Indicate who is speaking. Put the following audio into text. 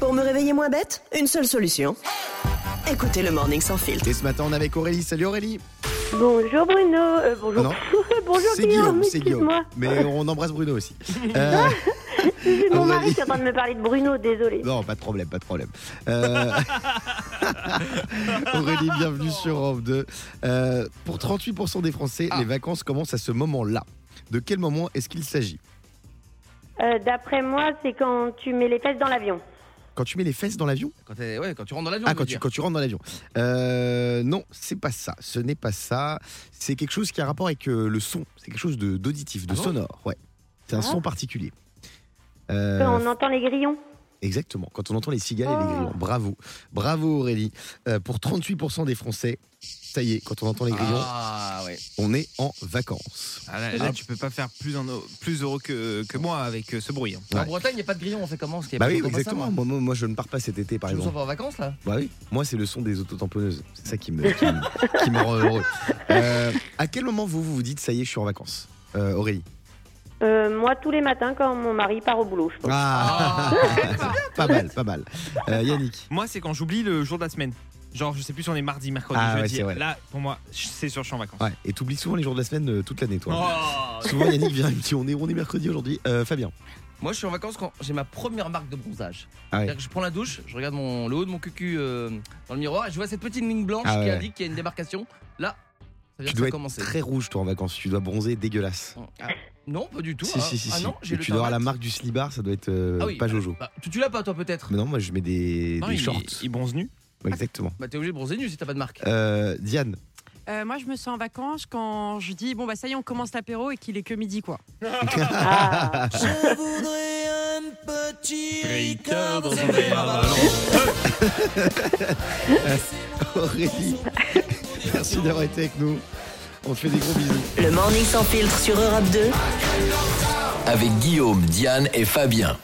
Speaker 1: Pour me réveiller moins bête, une seule solution. Écoutez le Morning Sans Filtre.
Speaker 2: Et ce matin, on est avec Aurélie. Salut Aurélie.
Speaker 3: Bonjour Bruno, euh, bonjour,
Speaker 2: Ah
Speaker 3: bonjour Guillaume,
Speaker 2: c'est Guillaume.
Speaker 3: excuse-moi.
Speaker 2: Mais on embrasse Bruno aussi. Euh,
Speaker 3: C'est mon
Speaker 2: Aurélie.
Speaker 3: mari qui est en train de me parler de Bruno, désolé.
Speaker 2: non, pas de problème, pas de problème. Euh, Aurélie, bienvenue sur Europe 2. Euh, pour 38% des Français,
Speaker 4: Ah.
Speaker 2: les vacances commencent à ce moment-là. De quel moment est-ce qu'il s'agit
Speaker 3: Euh, D'après moi, c'est quand tu mets les fesses dans l'avion.
Speaker 2: Quand tu mets les fesses dans l'avion
Speaker 4: Quand, t'es- ouais, quand tu rentres dans l'avion.
Speaker 2: Ah,
Speaker 4: on
Speaker 2: quand
Speaker 4: veut
Speaker 2: tu,
Speaker 4: dire.
Speaker 2: quand tu rentres dans l'avion. Euh, non, c'est pas ça. Ce n'est pas ça. C'est quelque chose qui a rapport avec euh, le son. C'est quelque chose de- d'auditif, de,
Speaker 4: Ah bon
Speaker 2: sonore. Ouais. C'est un
Speaker 3: Ah.
Speaker 2: son particulier.
Speaker 3: Quand
Speaker 2: Euh,
Speaker 3: on entend les grillons.
Speaker 2: Exactement, quand on entend les cigales et les
Speaker 3: Ah.
Speaker 2: grillons. Bravo, bravo Aurélie. Euh, pour 38% des Français, ça y est, quand on entend les grillons,
Speaker 4: Ah ouais.
Speaker 2: on est en vacances.
Speaker 5: Ah, là, là, tu peux pas faire plus, en- plus heureux que, que moi avec euh, ce bruit. hein.
Speaker 4: En
Speaker 2: Ouais.
Speaker 4: Bretagne, il n'y a pas de grillon, on fait comment Parce qu'il y a
Speaker 2: Bah
Speaker 4: pas
Speaker 2: oui,
Speaker 4: de grillons
Speaker 2: exactement.
Speaker 4: comme
Speaker 2: Moi,
Speaker 4: ça,
Speaker 2: moi, moi, je ne pars pas cet été, par
Speaker 4: moi. Tu nous
Speaker 2: exemple.
Speaker 4: envoies en vacances là
Speaker 2: Bah oui, moi, c'est le son des autotamponneuses. C'est ça qui me, qui, me- qui me rend heureux. Euh, à quel moment vous, vous vous dites, ça y est, je suis en vacances Euh, Aurélie
Speaker 3: Euh, moi, tous les matins, quand mon mari part au boulot, je pense.
Speaker 2: Ah, Pas mal, pas mal. Euh, Yannick
Speaker 5: Moi, c'est quand j'oublie le jour de la semaine. Genre, je sais plus si on est mardi, mercredi,
Speaker 2: Ah, ouais,
Speaker 5: jeudi.
Speaker 2: c'est vrai.
Speaker 5: là, pour moi, c'est sûr, je suis en vacances.
Speaker 2: Ouais, et t'oublies souvent les jours de la semaine euh, toute l'année, toi.
Speaker 5: Oh,
Speaker 2: Souvent, Yannick vient, il me dit, on est, on est mercredi aujourd'hui. Euh, Fabien
Speaker 4: Moi, je suis en vacances quand j'ai ma première marque de bronzage.
Speaker 2: Ah ouais.
Speaker 4: C'est-à-dire que je prends la douche, je regarde mon, le haut de mon cucu euh, dans le miroir et je vois cette petite ligne blanche
Speaker 2: Ah
Speaker 4: qui
Speaker 2: ouais.
Speaker 4: indique qu'il y a une démarcation. Là, ça vient
Speaker 2: Tu dois
Speaker 4: de
Speaker 2: être
Speaker 4: commencer.
Speaker 2: très rouge, toi, en vacances. Tu dois bronzer dégueulasse.
Speaker 4: Ah, non, pas du tout.
Speaker 2: Si,
Speaker 4: ah,
Speaker 2: si, si,
Speaker 4: ah
Speaker 2: si.
Speaker 4: non, j'ai
Speaker 2: Et
Speaker 4: le
Speaker 2: tu dois avoir la
Speaker 4: tarmac.
Speaker 2: marque du slibard, ça doit être euh,
Speaker 4: Ah oui,
Speaker 2: pas
Speaker 4: bah,
Speaker 2: Jojo.
Speaker 4: Bah, tu tu l'as pas toi peut-être
Speaker 2: Mais non, moi je mets des,
Speaker 5: non,
Speaker 2: des
Speaker 5: il,
Speaker 2: shorts.
Speaker 5: il bronze nu.
Speaker 2: Ouais, Exactement.
Speaker 4: Bah t'es obligé de bronzer nu si t'as pas de marque.
Speaker 2: Euh, Diane,
Speaker 6: Euh, moi, je me sens en vacances quand je dis bon bah ça y est, on commence l'apéro et qu'il est que midi quoi.
Speaker 3: Ah.
Speaker 7: Je voudrais un petit Ricard
Speaker 5: Ricard dans
Speaker 7: dans
Speaker 5: un
Speaker 7: un
Speaker 5: verre à ballon.
Speaker 2: Aurélie, merci d'avoir été avec nous. On te fait des gros bisous.
Speaker 1: Le Morning Sans Filtre sur Europe 2.
Speaker 7: Avec Guillaume, Diane et Fabien.